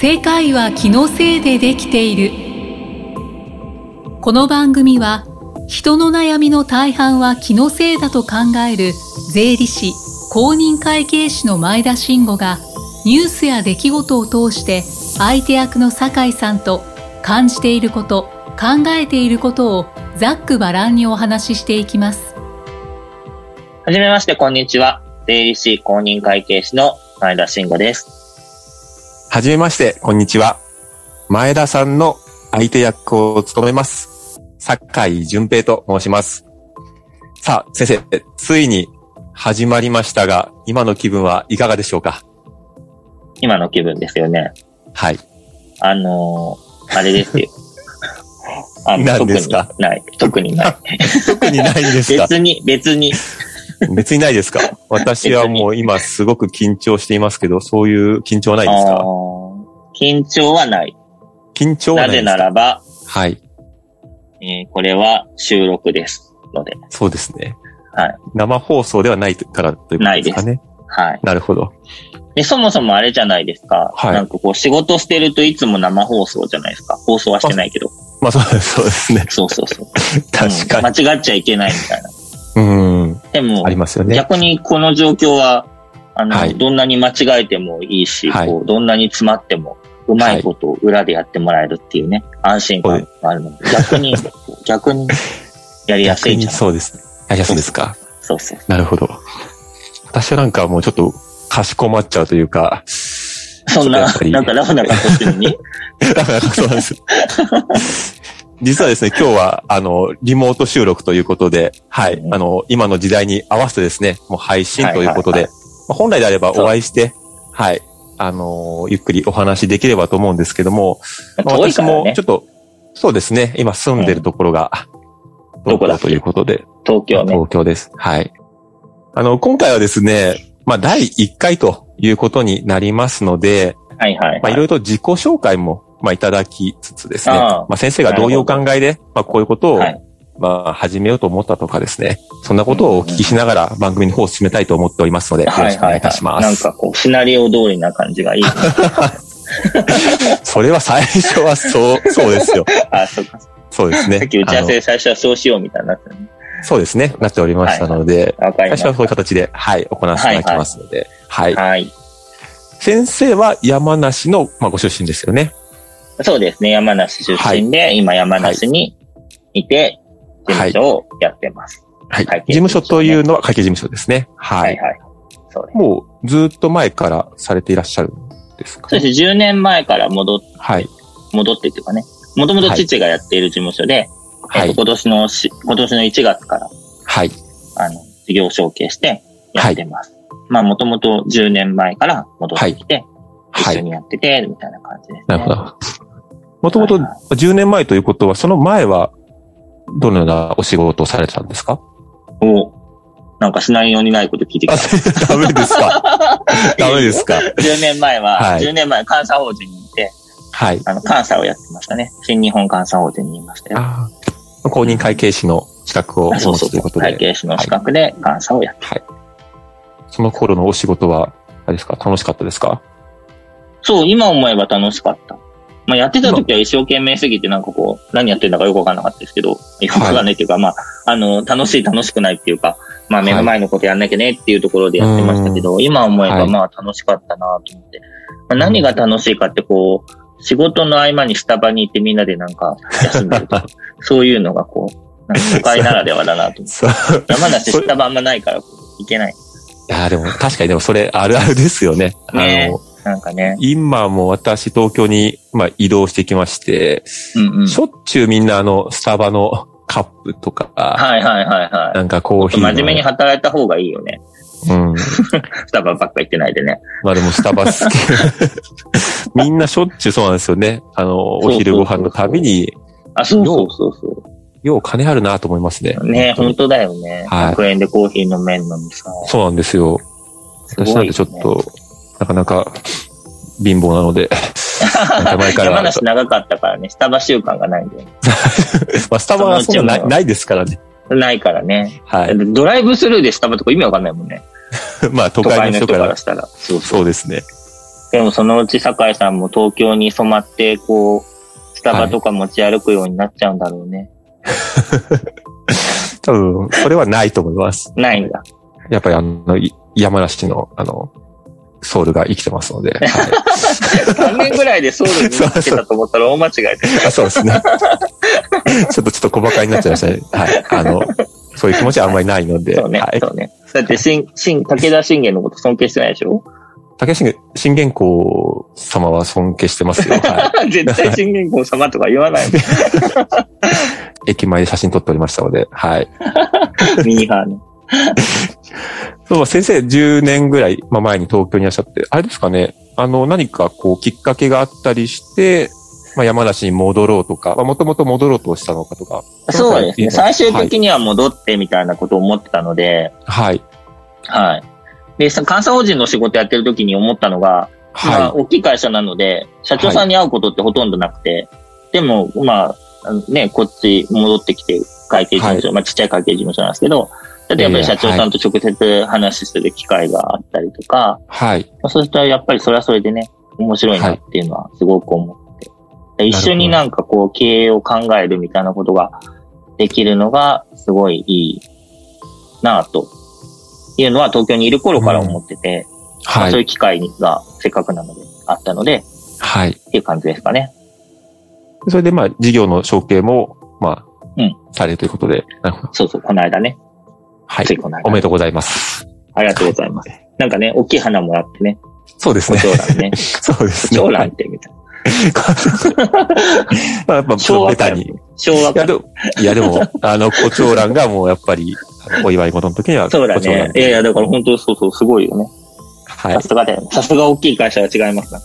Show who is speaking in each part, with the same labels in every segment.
Speaker 1: 世界は気のせいでできているこの番組は人の悩みの大半は気のせいだと考える税理士公認会計士の前田慎吾がニュースや出来事を通して相手役の酒井さんと感じていること考えていることをざっくばらんにお話ししていきます
Speaker 2: はじめまして、こんにちは。税理士公認会計士の前田慎吾です。
Speaker 3: はじめまして、こんにちは。前田さんの相手役を務めます。酒井淳平と申します。さあ、先生、ついに始まりましたが、今の気分はいかがでしょうか
Speaker 2: 今の気分ですよね。
Speaker 3: はい。
Speaker 2: あのーあれです よ。あの
Speaker 3: 何ですか
Speaker 2: 特にない。特にない。
Speaker 3: 特にないです か
Speaker 2: 別に、別に。
Speaker 3: 別にないですか私はもう今すごく緊張していますけど、そういう緊張はないです
Speaker 2: あ
Speaker 3: か
Speaker 2: ー緊張はない。
Speaker 3: 緊張は
Speaker 2: な
Speaker 3: ないで
Speaker 2: ぜ
Speaker 3: すか
Speaker 2: ならば、
Speaker 3: はい。
Speaker 2: えーこれは収録ですので。
Speaker 3: そうですね。
Speaker 2: はい。
Speaker 3: 生放送ではないからということですかね。
Speaker 2: はい。
Speaker 3: なるほど。
Speaker 2: で、そもそもあれじゃないですか。
Speaker 3: はい
Speaker 2: なんかこう、仕事してるといつも生放送じゃないですか。放送はしてないけど。
Speaker 3: まあそうですそうですね。
Speaker 2: そうそうそう。
Speaker 3: 確かに。
Speaker 2: に。間違っちゃいけないみたいな。
Speaker 3: うん。
Speaker 2: でも
Speaker 3: あ、りますよね。
Speaker 2: 逆にこの状況は、あの、
Speaker 3: はい
Speaker 2: どんなに間違えてもいいし、
Speaker 3: はい
Speaker 2: こうどんなに詰まっても、うまいことを裏でやってもらえるっていうね、安心感があるので、逆に、 逆にやりやすいんじゃない
Speaker 3: そうですね。やりやすいですか。
Speaker 2: そうそう。
Speaker 3: なるほど。私はなんかもうちょっとかしこまっちゃうとい うか、
Speaker 2: そん
Speaker 3: ちょ
Speaker 2: な
Speaker 3: っとやっぱ、り
Speaker 2: なんかラフな格好してるのに、
Speaker 3: だからそうなんです。 実はですね、今日は、あの、リモート収録ということで、はい、
Speaker 2: うん
Speaker 3: あの、今の時代に合わせてですね、もう配信ということ
Speaker 2: はい
Speaker 3: で、まあ本来であれば
Speaker 2: そう
Speaker 3: お会いして、はい、あの、ゆっくりお話できればと思うんですけども、 まあ
Speaker 2: 遠い
Speaker 3: 私
Speaker 2: から
Speaker 3: も
Speaker 2: ね
Speaker 3: ちょ、っと、そうですね、今住んでるところが、
Speaker 2: どこだっけ
Speaker 3: ということで、
Speaker 2: 東京ね。
Speaker 3: 東京です。はい。あの、今回はですね、まあ、第1回ということになりますので、
Speaker 2: はいはい
Speaker 3: ま
Speaker 2: は
Speaker 3: あ、
Speaker 2: い
Speaker 3: ろ
Speaker 2: い。
Speaker 3: いろと自己紹介も、まあ、いただきつつですね、
Speaker 2: ああ
Speaker 3: まあ、先生がどういうお考えで、まあ、こういうことを、
Speaker 2: はい
Speaker 3: まあ、始めようと思ったとかですね、そんなことをお聞きしながら番組の方を進めたいと思っておりますので、よろしくお願いいたします。
Speaker 2: なんかこう、シナリオ通りな感じ がいいね。
Speaker 3: それは最初は そう、そうですよ。
Speaker 2: あ、そうか。さ
Speaker 3: そうですね。
Speaker 2: っき打ち合わせ
Speaker 3: あ
Speaker 2: で最初はそうしようみたいになってるね
Speaker 3: のそうですね。なっておりましたので、
Speaker 2: わかりま
Speaker 3: 最初は
Speaker 2: し
Speaker 3: そういう形で、はい、行わせていただきますので、はい
Speaker 2: た。はい。
Speaker 3: 先生は山梨の、まあ、ご出身ですよね。
Speaker 2: そうですね。山梨出身で、今山梨にいて、事務所をやってます。
Speaker 3: はい。
Speaker 2: 会計
Speaker 3: 事務所というのは会計事務所ですね。は。
Speaker 2: はいいはい。そうです。
Speaker 3: もうずっと前からされていらっしゃるんですか
Speaker 2: そして10年前から戻っ
Speaker 3: はい。
Speaker 2: 戻ってっていうかね、もともと父がやっている事務所で、
Speaker 3: は
Speaker 2: えっと。
Speaker 3: い
Speaker 2: 今年のし、今年の1月から、
Speaker 3: はい。
Speaker 2: あの、事業承継してやってます。まあ、もともと10年前から戻ってきて、
Speaker 3: は
Speaker 2: 一緒
Speaker 3: い。
Speaker 2: にやってて、みたいな感じです、ね。
Speaker 3: なるほど。もともと
Speaker 2: はいは
Speaker 3: 10年前ということは、その前は、どのようなお仕事をされてたんですか
Speaker 2: おなんかシナリオにないこと聞いてき
Speaker 3: あ
Speaker 2: た。、
Speaker 3: ダメですか ダメですか
Speaker 2: 10年前は、
Speaker 3: はい
Speaker 2: 10年前、監査法人にいて、
Speaker 3: はい。
Speaker 2: あの、監査をやってましたね。新日本監査法人にいましたよ。
Speaker 3: あー公認会計士の資格をお
Speaker 2: そ
Speaker 3: 持
Speaker 2: うそ
Speaker 3: つ
Speaker 2: う
Speaker 3: ということ
Speaker 2: 会
Speaker 3: で、
Speaker 2: 計士の資格で監査をやって、
Speaker 3: その頃のお仕事は、あれですか楽しかったですか
Speaker 2: そう、今思えば楽しかった。まあ、やってた時は一生懸命すぎて、なんかこう、何やってんだかよくわかんなかったですけど、よくわかんないっていうか、まあ、あの、楽しい楽しくないっていうか、まあ、
Speaker 3: はい
Speaker 2: 目の前のことやんなきゃねっていうところでやってましたけど、今思えば
Speaker 3: はい
Speaker 2: まあ楽しかったなと思って。まあ、何が楽しいかってこう、仕事の合間にスタバに行ってみんなでなんか休んでると か、そういうのがこう、なんか都会ならではだなと思って。
Speaker 3: そう。
Speaker 2: 山梨
Speaker 3: それ
Speaker 2: スタバあんまないからこう行けない。
Speaker 3: いやーでも確かにでもそれあるあるですよね。
Speaker 2: ね
Speaker 3: あの、
Speaker 2: なんかね。
Speaker 3: 今も私東京に、まあ、移動してきまして、
Speaker 2: うんうん。
Speaker 3: しょっちゅうみんなあの、スタバのカップとか、
Speaker 2: はいはいはいはい。
Speaker 3: なんかコーヒーの、
Speaker 2: 真面目に働いた方がいいよね。
Speaker 3: うん。
Speaker 2: スタバばっか行ってないでね。
Speaker 3: まあでもスタバ好き。 みんなしょっちゅうそうなんですよね。あの、お昼ご飯のたびに、
Speaker 2: あ、そうそうそうそ
Speaker 3: よう金あるなと思いますね。
Speaker 2: う。ね本当だよね。
Speaker 3: はい
Speaker 2: 100円でコーヒー飲めんのにさ。
Speaker 3: そうなんですよ。
Speaker 2: ごいね
Speaker 3: 私なんてちょっと、なかなか貧乏な ので、なんか前から
Speaker 2: 山梨長かったからね、スタバ習慣がないんだよね。
Speaker 3: まあ、スタバはそんなないないですからね。
Speaker 2: ないからね。
Speaker 3: はい。
Speaker 2: ドライブスルーでスタバとか意味わかんないもんね。
Speaker 3: まあ都
Speaker 2: 都
Speaker 3: 会
Speaker 2: 会
Speaker 3: の
Speaker 2: の人
Speaker 3: 人
Speaker 2: か
Speaker 3: か
Speaker 2: ららしたら。そうそう。
Speaker 3: そうですね。
Speaker 2: でもそのうち酒井さんも東京に染まって、こう、スタバとか持ち歩くようになっちゃうんだろうね。
Speaker 3: 多分、それはないと思います。
Speaker 2: ないんだ。
Speaker 3: やっぱりあの、い山梨の、あの、ソウルが生きてます ので。は
Speaker 2: 3年ぐらいでソウルに行ってたと思ったら大間違いだよ
Speaker 3: い、あそうですね。 ちょっと、ちょっと小馬鹿になっちゃいましたね。はい。あの、そういう気持ちはあんまりないので。
Speaker 2: そうね
Speaker 3: は、い
Speaker 2: そ。うね。だって、しん、しん、武田信玄のこと尊敬してないでしょ
Speaker 3: 竹信信玄公様は尊敬してますよ。は
Speaker 2: 絶対信玄公様とか言わない もん。
Speaker 3: い。駅前で写真撮っておりましたので。はい。
Speaker 2: ミニハーね。
Speaker 3: そう、先生10年ぐらいまあ前に東京にいらっしゃって、あれですかね、あの、何かこうきっかけがあったりして、まあ山梨に戻ろうとか、まあもともと戻ろうとしたのかとか。
Speaker 2: そうですね。最終的には戻ってみたいなことを思ってたので、
Speaker 3: はい。
Speaker 2: はい。で、さ監査法人の仕事やってる時に思ったのが、まあ、
Speaker 3: は
Speaker 2: 大きい会社なので、社長さんに会うことってほとんどなくて、でも、まああの、ね、こっち戻ってきて、会計事務所、まあ、ちっちゃい会計事務所なんですけど、例えば
Speaker 3: ええ
Speaker 2: 社長さんと直接話する機会があったりとか、
Speaker 3: い。はい。
Speaker 2: まあそうしたらやっぱりそれはそれでね、面白いなっていうのはすごく思って。一緒になんかこう経営を考えるみたいなことができるのがすごいいいなぁというのは東京にいる頃から思ってて、まあ
Speaker 3: は
Speaker 2: そうい
Speaker 3: い。
Speaker 2: う機会がせっかくなのであったので
Speaker 3: はい。
Speaker 2: っていう感じですかね。
Speaker 3: それでまあ事業の承継も、まあ、
Speaker 2: うん
Speaker 3: されるということで。なるほど。
Speaker 2: そうそう、この間ね。
Speaker 3: は
Speaker 2: つい
Speaker 3: い。
Speaker 2: この間。
Speaker 3: おめでとうございます。
Speaker 2: ありがとうございます。なんかね、大きい花もらってね、
Speaker 3: そうです
Speaker 2: 胡
Speaker 3: ね。
Speaker 2: 蝶蘭ね。
Speaker 3: そうで
Speaker 2: 胡
Speaker 3: すね。
Speaker 2: 蝶
Speaker 3: は
Speaker 2: 蘭
Speaker 3: い
Speaker 2: ってみたいな。
Speaker 3: まあやっぱ、
Speaker 2: 昭和
Speaker 3: ベ
Speaker 2: か
Speaker 3: タ
Speaker 2: ら
Speaker 3: に。
Speaker 2: 昭和
Speaker 3: いや、
Speaker 2: か
Speaker 3: でも、いやでも、あの、胡蝶蘭がもうやっぱり、あのお祝い事の時には、
Speaker 2: そうだ
Speaker 3: 胡蝶蘭
Speaker 2: ね。いやいや、だから本当にそうそう、すごいよね。
Speaker 3: はい
Speaker 2: さ。すがだよね。さすが大きい会社は違いますな。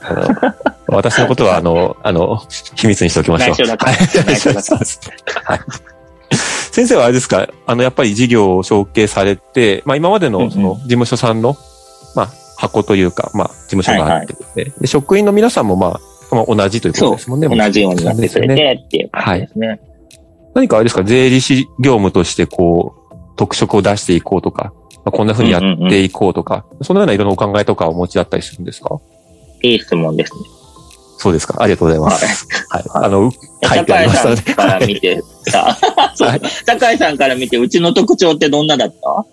Speaker 3: あの私のことは、あの、あの、秘密にしておきましょう。
Speaker 2: 内緒だから
Speaker 3: はい
Speaker 2: 内緒だから
Speaker 3: はい先生はあれですか、あの、やっぱり事業を承継されて、まあ今まで
Speaker 2: うんうん
Speaker 3: の、その、事務所さんの、まあ、箱というか、まあ、事務所があってですね、で、職員の皆さんも、まあ、まあ、同じということですもんね。
Speaker 2: 同じようになってくれてっていう感じですね。
Speaker 3: 何かあれですか、税理士業務として、こう、特色を出していこうとか、まあ、こんな風にやっていこうとか、そのようないろんなお考えとかをお持ちだったりするんですか
Speaker 2: いい質問ですね。
Speaker 3: そうですか。ありがとうございます。はい。あの、書いて
Speaker 2: 酒
Speaker 3: あり
Speaker 2: 井
Speaker 3: まし
Speaker 2: さ
Speaker 3: た
Speaker 2: ん
Speaker 3: ので。
Speaker 2: から見てさ、 そう
Speaker 3: はい
Speaker 2: 酒井さんから見て、うちの特徴ってどんなだった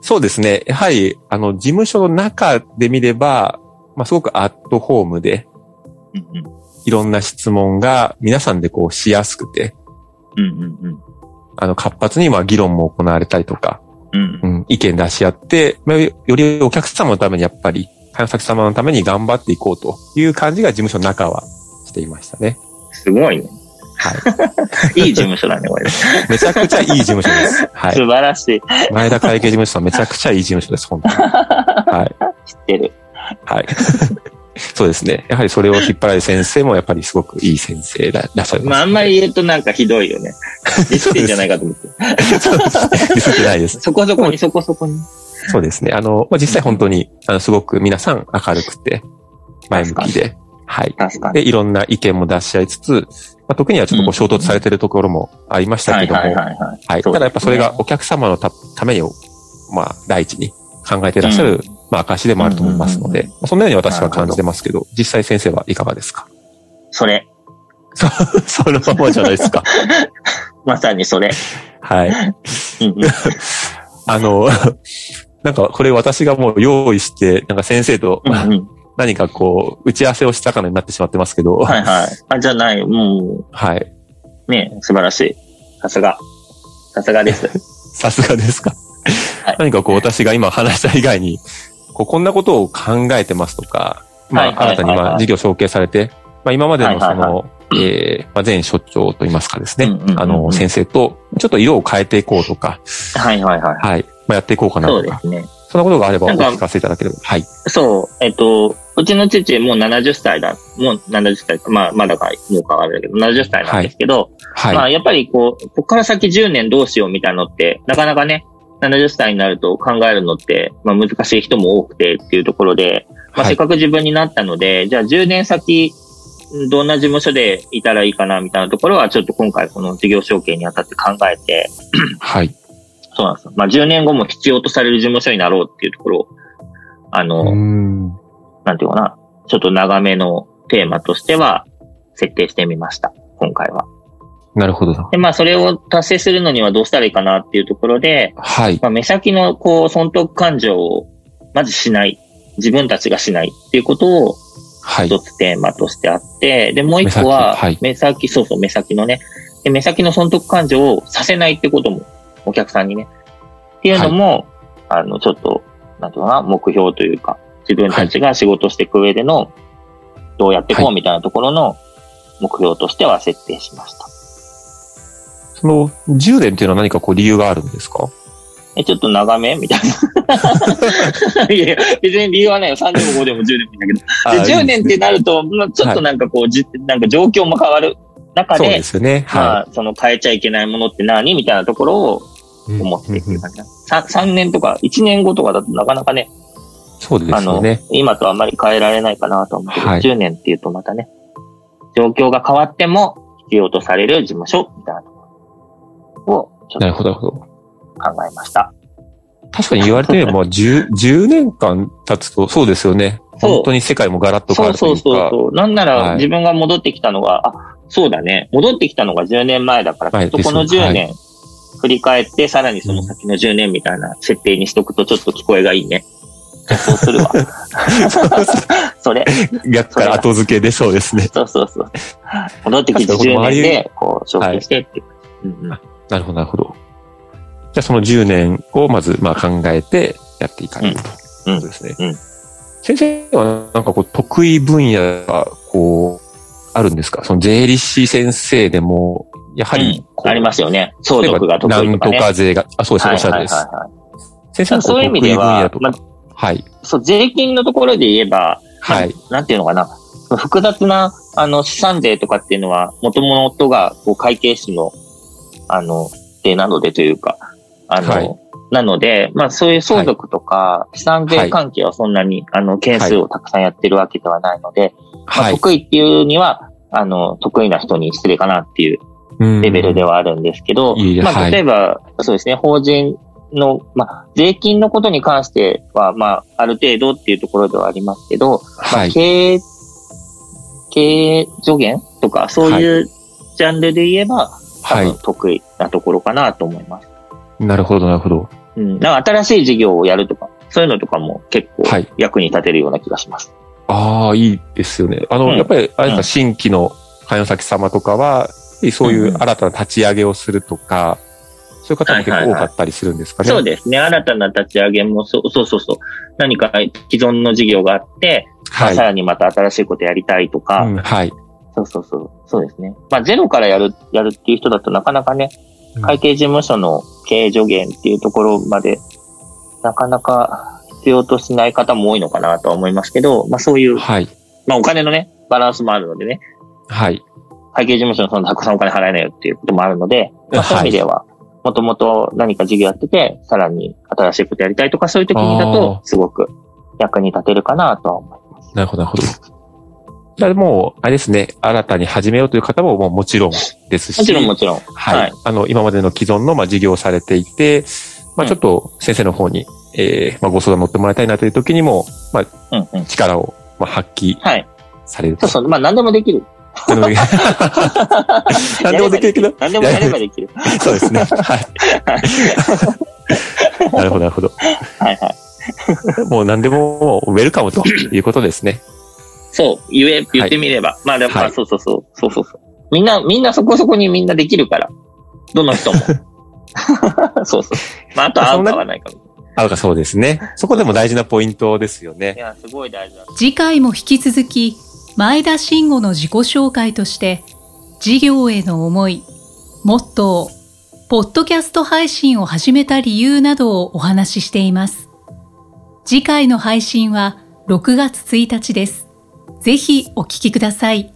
Speaker 3: そうですね。やはり、あの、事務所の中で見れば、まあ、すごくアットホームで、
Speaker 2: うんうん
Speaker 3: いろんな質問が皆さんでこうしやすくて、
Speaker 2: うんうん
Speaker 3: あの、活発にまあ議論も行われたりとか、
Speaker 2: うん
Speaker 3: う。ん、意見出し合って、まあ、よよりお客様のためにやっぱり、観客様のために頑張っていこうという感じが事務所の中はしていましたね。
Speaker 2: すごいね。
Speaker 3: は い
Speaker 2: い事務所だね、これ。素
Speaker 3: い。めちゃくちゃいい事務所です。はい。
Speaker 2: 晴らしい。
Speaker 3: 前田会計事務所さんめちゃくちゃいい事務所です、本当に。はい。
Speaker 2: 知ってる。
Speaker 3: はい。 そうですね。やはりそれを引っ張られる先生もやっぱりすごくいい先生だ、だそうです。
Speaker 2: まあ、あ んまり言うとなんかひどいよ ね。ディスってんじゃないかと思って。
Speaker 3: そうですね。ミスってないです。
Speaker 2: そこそこにそこそこに。
Speaker 3: そうですね。あの、まあ、実際本当に、あの、すごく皆さん明るくて、前向きで、はい。
Speaker 2: 確かに。
Speaker 3: で、いろんな意見も出し合いつつ、まあ、時にはちょっとこう衝突されてるところもありました
Speaker 2: は
Speaker 3: け
Speaker 2: い
Speaker 3: ども、
Speaker 2: は
Speaker 3: はいい
Speaker 2: はいはい。
Speaker 3: ただやっぱそれがお客様のたために、まあ、第一に考えていらっしゃる、まあ、証でもあると思いますの
Speaker 2: うん
Speaker 3: で、
Speaker 2: う
Speaker 3: まあそのように私は感じてますけど、実際先生はいかがですか
Speaker 2: それ。
Speaker 3: そのままじゃないですか。
Speaker 2: まさにそれ。
Speaker 3: はい。
Speaker 2: うん うん
Speaker 3: あの、 なんかこれ私がもう用意して、なんか先生と
Speaker 2: うんうん。
Speaker 3: 何かこう、打ち合わせをしたかのようになってしまってますけど、
Speaker 2: は
Speaker 3: はい。
Speaker 2: いはい。あ、じゃない、もう、ね素晴らしい。さすが。さすがです。
Speaker 3: さすがですか。
Speaker 2: はい
Speaker 3: 何かこう私が今話した以外に、こうこんなことを考えてますとか、ま
Speaker 2: はいは
Speaker 3: あ
Speaker 2: いは
Speaker 3: 新た
Speaker 2: い
Speaker 3: に
Speaker 2: はい
Speaker 3: まあ事業承継されて、まあ今までのそ
Speaker 2: はい
Speaker 3: の、えーまあ前所長といいますかです
Speaker 2: うんうんう
Speaker 3: ね
Speaker 2: んう、ん
Speaker 3: あの先生とちょっと色を変えていこうとか、
Speaker 2: はいはいはい。
Speaker 3: はい。まあやっていこうかな
Speaker 2: そ
Speaker 3: と
Speaker 2: うで
Speaker 3: か、
Speaker 2: すね。
Speaker 3: そんなことがあればお
Speaker 2: なんか
Speaker 3: 聞かせいただければ。はい。
Speaker 2: そう、えっと、うちの父もう70歳だ。もう70歳、まあ、まだか、もう変わるけど、70歳なんですけど、ま
Speaker 3: は
Speaker 2: あ、
Speaker 3: い。
Speaker 2: やっぱりこう、ここから先10年どうしようみたいなのって、なかなかね、70歳になると考えるのって、まあ、難しい人も多くてっていうところで、まあ、
Speaker 3: は
Speaker 2: せっ
Speaker 3: い。
Speaker 2: かく自分になったので、じゃあ10年先、どんな事務所でいたらいいかなみたいなところは、ちょっと今回この事業承継にあたって考えて、
Speaker 3: はい。
Speaker 2: そうなんですよ。まあ、10年後も必要とされる事務所になろうっていうところを、あ
Speaker 3: うー
Speaker 2: の、
Speaker 3: ん
Speaker 2: なんていうかな、ちょっと長めのテーマとしては設定してみました。今回は。
Speaker 3: なるほど。
Speaker 2: で、まあそれを達成するのにはどうしたらいいかなっていうところで、
Speaker 3: はい。
Speaker 2: まあ目先のこう損得感情をまずしない。自分たちがしないっていうことを
Speaker 3: はい
Speaker 2: 一。つテーマとしてあって、で、もう一個は、
Speaker 3: 目先はい
Speaker 2: 目先、そうそう、目先のね、で目先の損得感情をさせないってことも、お客さんにね。っていうのも、あの、ちょっと、なんていうのかな、目標というか、自分たちが仕事していく上での、どうやってこ
Speaker 3: は
Speaker 2: うみたいなところの目標としては設定しました。
Speaker 3: その10年っていうのは何かこう理由があるんですか
Speaker 2: え、ちょっと長めみたい な。いやいや、別に理由はないよ。3でも5でも10でもいいんだけど。で、10年ってなると、まあちょっとなんかこう、じなんか状況も変わる中
Speaker 3: そう
Speaker 2: で
Speaker 3: で、すよね。
Speaker 2: ま
Speaker 3: は
Speaker 2: あ、その変えちゃいけないものって何みたいなところを
Speaker 3: い。
Speaker 2: 思ってって
Speaker 3: う
Speaker 2: い
Speaker 3: ん
Speaker 2: う感じだ、3, 年とか1年後とかだとなかなかね、
Speaker 3: そうで
Speaker 2: あ
Speaker 3: すよ
Speaker 2: の
Speaker 3: ね。、
Speaker 2: 今とあんまり変えられないかなと思うけど、
Speaker 3: はい
Speaker 2: 10年っていうとまたね、状況が変わっても必要とされる事務所みたいなところをちょっ
Speaker 3: なる
Speaker 2: と
Speaker 3: ほど、なるほど。
Speaker 2: 考えました。
Speaker 3: 確かに言われてみ れば、10、10年間経つと、そうですよね。
Speaker 2: そう
Speaker 3: 本当に世界もガラッと変
Speaker 2: そ
Speaker 3: わ
Speaker 2: う
Speaker 3: るとい
Speaker 2: そうう
Speaker 3: か。
Speaker 2: そうそう。なんな
Speaker 3: はい
Speaker 2: ら自分が戻ってきたのが、あ、そうだね。戻ってきたのが10年前だから、
Speaker 3: は
Speaker 2: き
Speaker 3: い
Speaker 2: っとこの
Speaker 3: ですね
Speaker 2: 10年振り返って、さらにその先の10年みたいな設定にしとくとちょっと聞こえがいいね。そうする わ。それ。
Speaker 3: 逆から後付けでそうですね。
Speaker 2: そうそうそう。戻ってきて10年で、こう、紹介してっていう。うんうん
Speaker 3: なるほど、なるほど。じゃあその10年をまずまあ考えてやっていかれると。
Speaker 2: うん
Speaker 3: いうことですね。
Speaker 2: うん
Speaker 3: 先生はなんかこう得意分野がこう、あるんですかその税理士先生でも、やはりこう、
Speaker 2: ありますよね。相
Speaker 3: 例えば
Speaker 2: 続が得
Speaker 3: な
Speaker 2: 意
Speaker 3: ん
Speaker 2: とか
Speaker 3: と
Speaker 2: ね。
Speaker 3: か税が、あ、そうです、おっしゃるです。
Speaker 2: はいはいはいはい
Speaker 3: 先生はこ
Speaker 2: そういう意味では
Speaker 3: 得意分野とかはい。
Speaker 2: そう、税金のところで言えば、
Speaker 3: はい。
Speaker 2: なんていうのかな。複雑な、あの、資産税とかっていうのは、もともとが、こう、会計士の、あの、でなのでというか、あの、
Speaker 3: はい
Speaker 2: なので、まあ、そういう相続とか、資産税関係はそんなに、あの、件数をたくさんやってるわけではないので、まあ
Speaker 3: はい。
Speaker 2: 得意っていうには、あの、得意な人に失礼かなっていうレベルで
Speaker 3: は。
Speaker 2: はあるんですけど、
Speaker 3: うんいいね
Speaker 2: ま
Speaker 3: は
Speaker 2: あ、
Speaker 3: い
Speaker 2: 例えば、そうですね、法人の、まあ、税金のことに関しては、まあ、ある程度っていうところではありますけど、
Speaker 3: はい。
Speaker 2: 経営、経営助言とか、そういうジャンルで言えば、
Speaker 3: は
Speaker 2: 多
Speaker 3: い
Speaker 2: 分。得意なところかなと思います。
Speaker 3: なるほど、なるほど。
Speaker 2: うん。なんか新しい事業をやるとか、そういうのとかも結構
Speaker 3: はい
Speaker 2: 役に立てるような気がします。
Speaker 3: ああ、いいですよね。あの、
Speaker 2: うん
Speaker 3: やっぱり、あれですか、
Speaker 2: うん
Speaker 3: 新規の関与先様とかは、そういう新たな立ち上げをするとか、そういう方も結構多かったりするんですかね。
Speaker 2: そうですね。新たな立ち上げも、そうそうそうそう。何か既存の事業があって、まあ
Speaker 3: はい
Speaker 2: さ。らにまた新しいことやりたいとか、
Speaker 3: うんはい。
Speaker 2: そうそうそう。そうですね。まあ、ゼロからやる、やるっていう人だとなかなかね
Speaker 3: う、ん
Speaker 2: 会計事務所の経営助言っていうところまで、なかなか必要としない方も多いのかなとは思いますけど、まあそういう、
Speaker 3: はい。
Speaker 2: まあお金のね、バランスもあるのでね、
Speaker 3: はい。
Speaker 2: 会計事務所のそのたくさんお金払えないよっていうこともあるので、まあ、そういう
Speaker 3: は
Speaker 2: 意味では、もともと何か事業やってて、さらに新しいことやりたいとかそういう時にだと、すごく役に立てるかなとは思います。
Speaker 3: なるほど、なるほど。だからもう、あれですね、新たに始めようという方ももうもちろんですし、
Speaker 2: もちろんもちろん。
Speaker 3: はい、
Speaker 2: はい
Speaker 3: あの、今までの既存の、まあ、事業をされていて、まあ、
Speaker 2: うん
Speaker 3: ちょっと先生の方に、えーまあ、ご相談乗ってもらいたいなという時にも、
Speaker 2: うんうん。
Speaker 3: 力を、まあ、発揮
Speaker 2: はい。
Speaker 3: される
Speaker 2: そ
Speaker 3: と
Speaker 2: う。そう。まあ何でもできる。
Speaker 3: 何でもできる何でもできるけど、
Speaker 2: 何でもやればでき る。
Speaker 3: そうですね。はい。なるほど、なるほど。
Speaker 2: はいはい。
Speaker 3: もう何でもウェルカムということですね。
Speaker 2: そう、言え、言ってみれば。まあでも、ま
Speaker 3: は
Speaker 2: あ
Speaker 3: い
Speaker 2: そうそうそう、そうそうそう。みんな、みんなそこそこにみんなできるから。どの 人も。そうそう。まああと合うかはないかも。
Speaker 3: あ、そうですね。そこでも大事なポイントですよ
Speaker 2: い
Speaker 3: ね。
Speaker 2: や、すごい大事だ。
Speaker 1: 次回も引き続き前田慎吾の自己紹介として事業への思いモットーポッドキャスト配信を始めた理由などをお話ししています次回の配信は6月1日ですぜひお聞きください